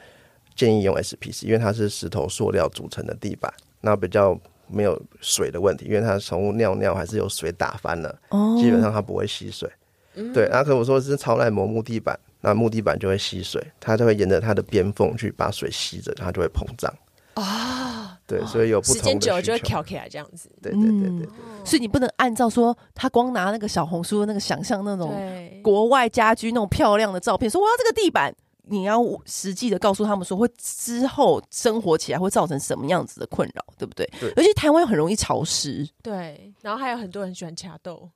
S3: 建议用 SPC，因为它是石头塑料组成的地板，那比较没有水的问题，因为它宠物尿尿还是有水打翻了，
S1: 哦
S3: 基本上它不会吸水。
S2: 嗯
S3: 对，那可我说是超耐磨木地板，那木地板就会吸水，它就会沿着它的边缝去把水吸着，它就会膨胀。
S2: 啊，
S3: 对，所以有
S2: 时
S3: 不
S2: 间
S3: 同的需
S2: 久
S3: 求
S2: 了。就会嗯翘起来这样子。
S3: 对对对对对。
S1: 嗯所以你不能按照说他光拿那个小红书的那个想象那种
S2: 对，
S1: 国外家居那种漂亮的照片，说哇这个地板，你要实际的告诉他们说会之后生活起来会造成什么样子的困扰，对不对？
S3: 对
S1: 而且台湾很容易潮湿，
S2: 对，然后还有很多人喜欢掐 豆，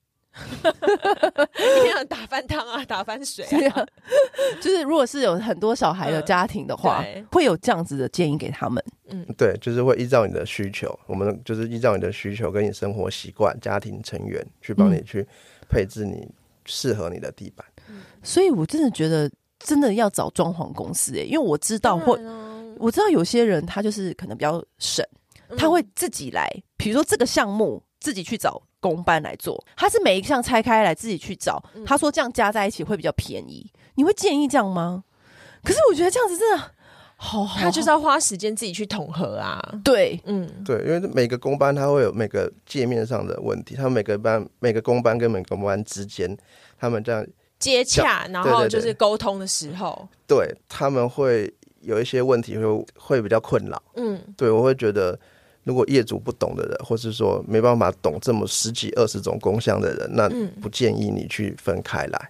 S2: 你想打翻汤啊，打翻水
S1: 对
S2: 啊，
S1: 啊， 就是如果是有很多小孩的家庭的话，
S2: 嗯对
S1: 会有这样子的建议给他们。
S2: 嗯
S3: 对，就是会依照你的需求，我们就是依照你的需求跟你生活习惯、家庭成员去帮你
S1: 嗯
S3: 去配置你适合你的地板。
S1: 所以我真的觉得，真的要找装潢公司、欸，因为我知道或
S2: 当然啊
S1: 我知道有些人他就是可能比较省，他
S2: 嗯
S1: 会自己来，比如说这个项目自己去找公班来做，他是每一项拆开来自己去找，
S2: 嗯
S1: 他说这样加在一起会比较便宜。你会建议这样吗？可是我觉得这样子真的好好，
S2: 他就是要花时间自己去统合啊。
S1: 对，
S2: 嗯
S3: 对，因为每个公班它会有每个界面上的问题，它每个班每个公班跟每个公班之间，他们这样
S2: 接洽，然
S3: 对
S2: 后
S3: 对
S2: 就是沟通的时候，
S3: 对他们会有一些问题会会比较困扰。
S2: 嗯
S3: 对我会觉得，如果业主不懂的人，或是说没办法懂这么十几二十种工项的人，那
S2: 嗯
S3: 不建议你去分开来。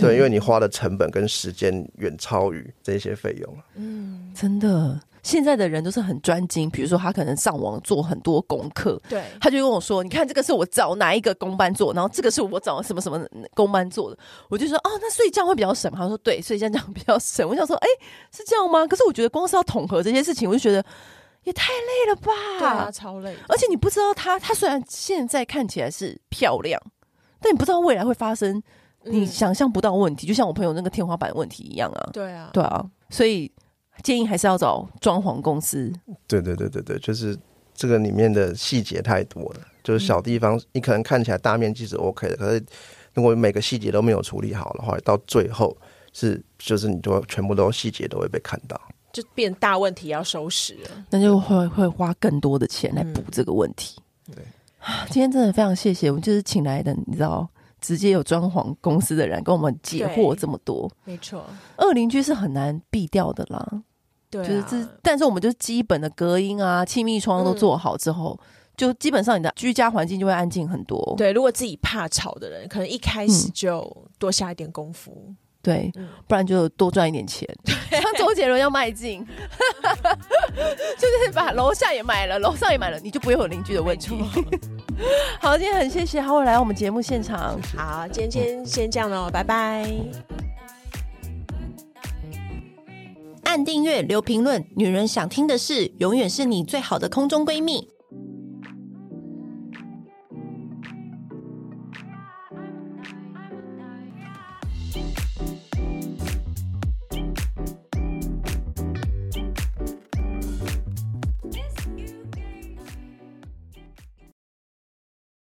S3: 对，因为你花的成本跟时间远超于这些费用。
S2: 嗯
S1: 真的，现在的人都是很专精，比如说他可能上网做很多功课，
S2: 对，
S1: 他就跟我说：“你看，这个是我找哪一个公班做，然后这个是我找什么什么公班做的。”我就说：“哦，那睡觉会比较省吗？”他说：“对，睡觉这样比较省。”我想说：“哎、是这样吗？”可是我觉得光是要统合这些事情，我就觉得也太累了吧。
S2: 对啊，超累的。
S1: 而且你不知道他，他虽然现在看起来是漂亮，但你不知道未来会发生你
S2: 嗯
S1: 想象不到的问题，就像我朋友那个天花板问题一样啊。
S2: 对啊，
S1: 对啊，所以建议还是要找装潢公司。
S3: 对对对对对，就是这个里面的细节太多了，就是小地方，你可能看起来大面积是 OK 的，可是如果每个细节都没有处理好的话，到最后是就是你都全部都细节都会被看到。
S2: 就变大问题要收拾了。
S1: 那就会会花更多的钱来
S2: 嗯
S1: 补这个问题。
S3: 对
S1: 啊，今天真的非常谢谢，我们就是请来的，你知道，直接有装潢公司的人跟我们解惑
S2: 对
S1: 这么多。
S2: 没错，
S1: 恶邻居是很难避掉的啦，
S2: 对、啊，
S1: 就是这，但是我们就是基本的隔音啊、气密窗
S2: 嗯
S1: 都做好之后，就基本上你的居家环境就会安静很多。
S2: 对，如果自己怕吵的人，可能一开始
S1: 嗯
S2: 就多下一点功夫。
S1: 对
S2: 嗯
S1: 不然就多赚一点钱，像周杰伦要迈进， 就是把楼下也买了，楼上也买了，你就不会有邻居的问题。 好，今天很谢谢他会来我们节目现场。
S2: 好，今天先这样喽，拜拜。
S4: 按订阅、留评论，女人想听的事，永远是你最好的空中闺蜜。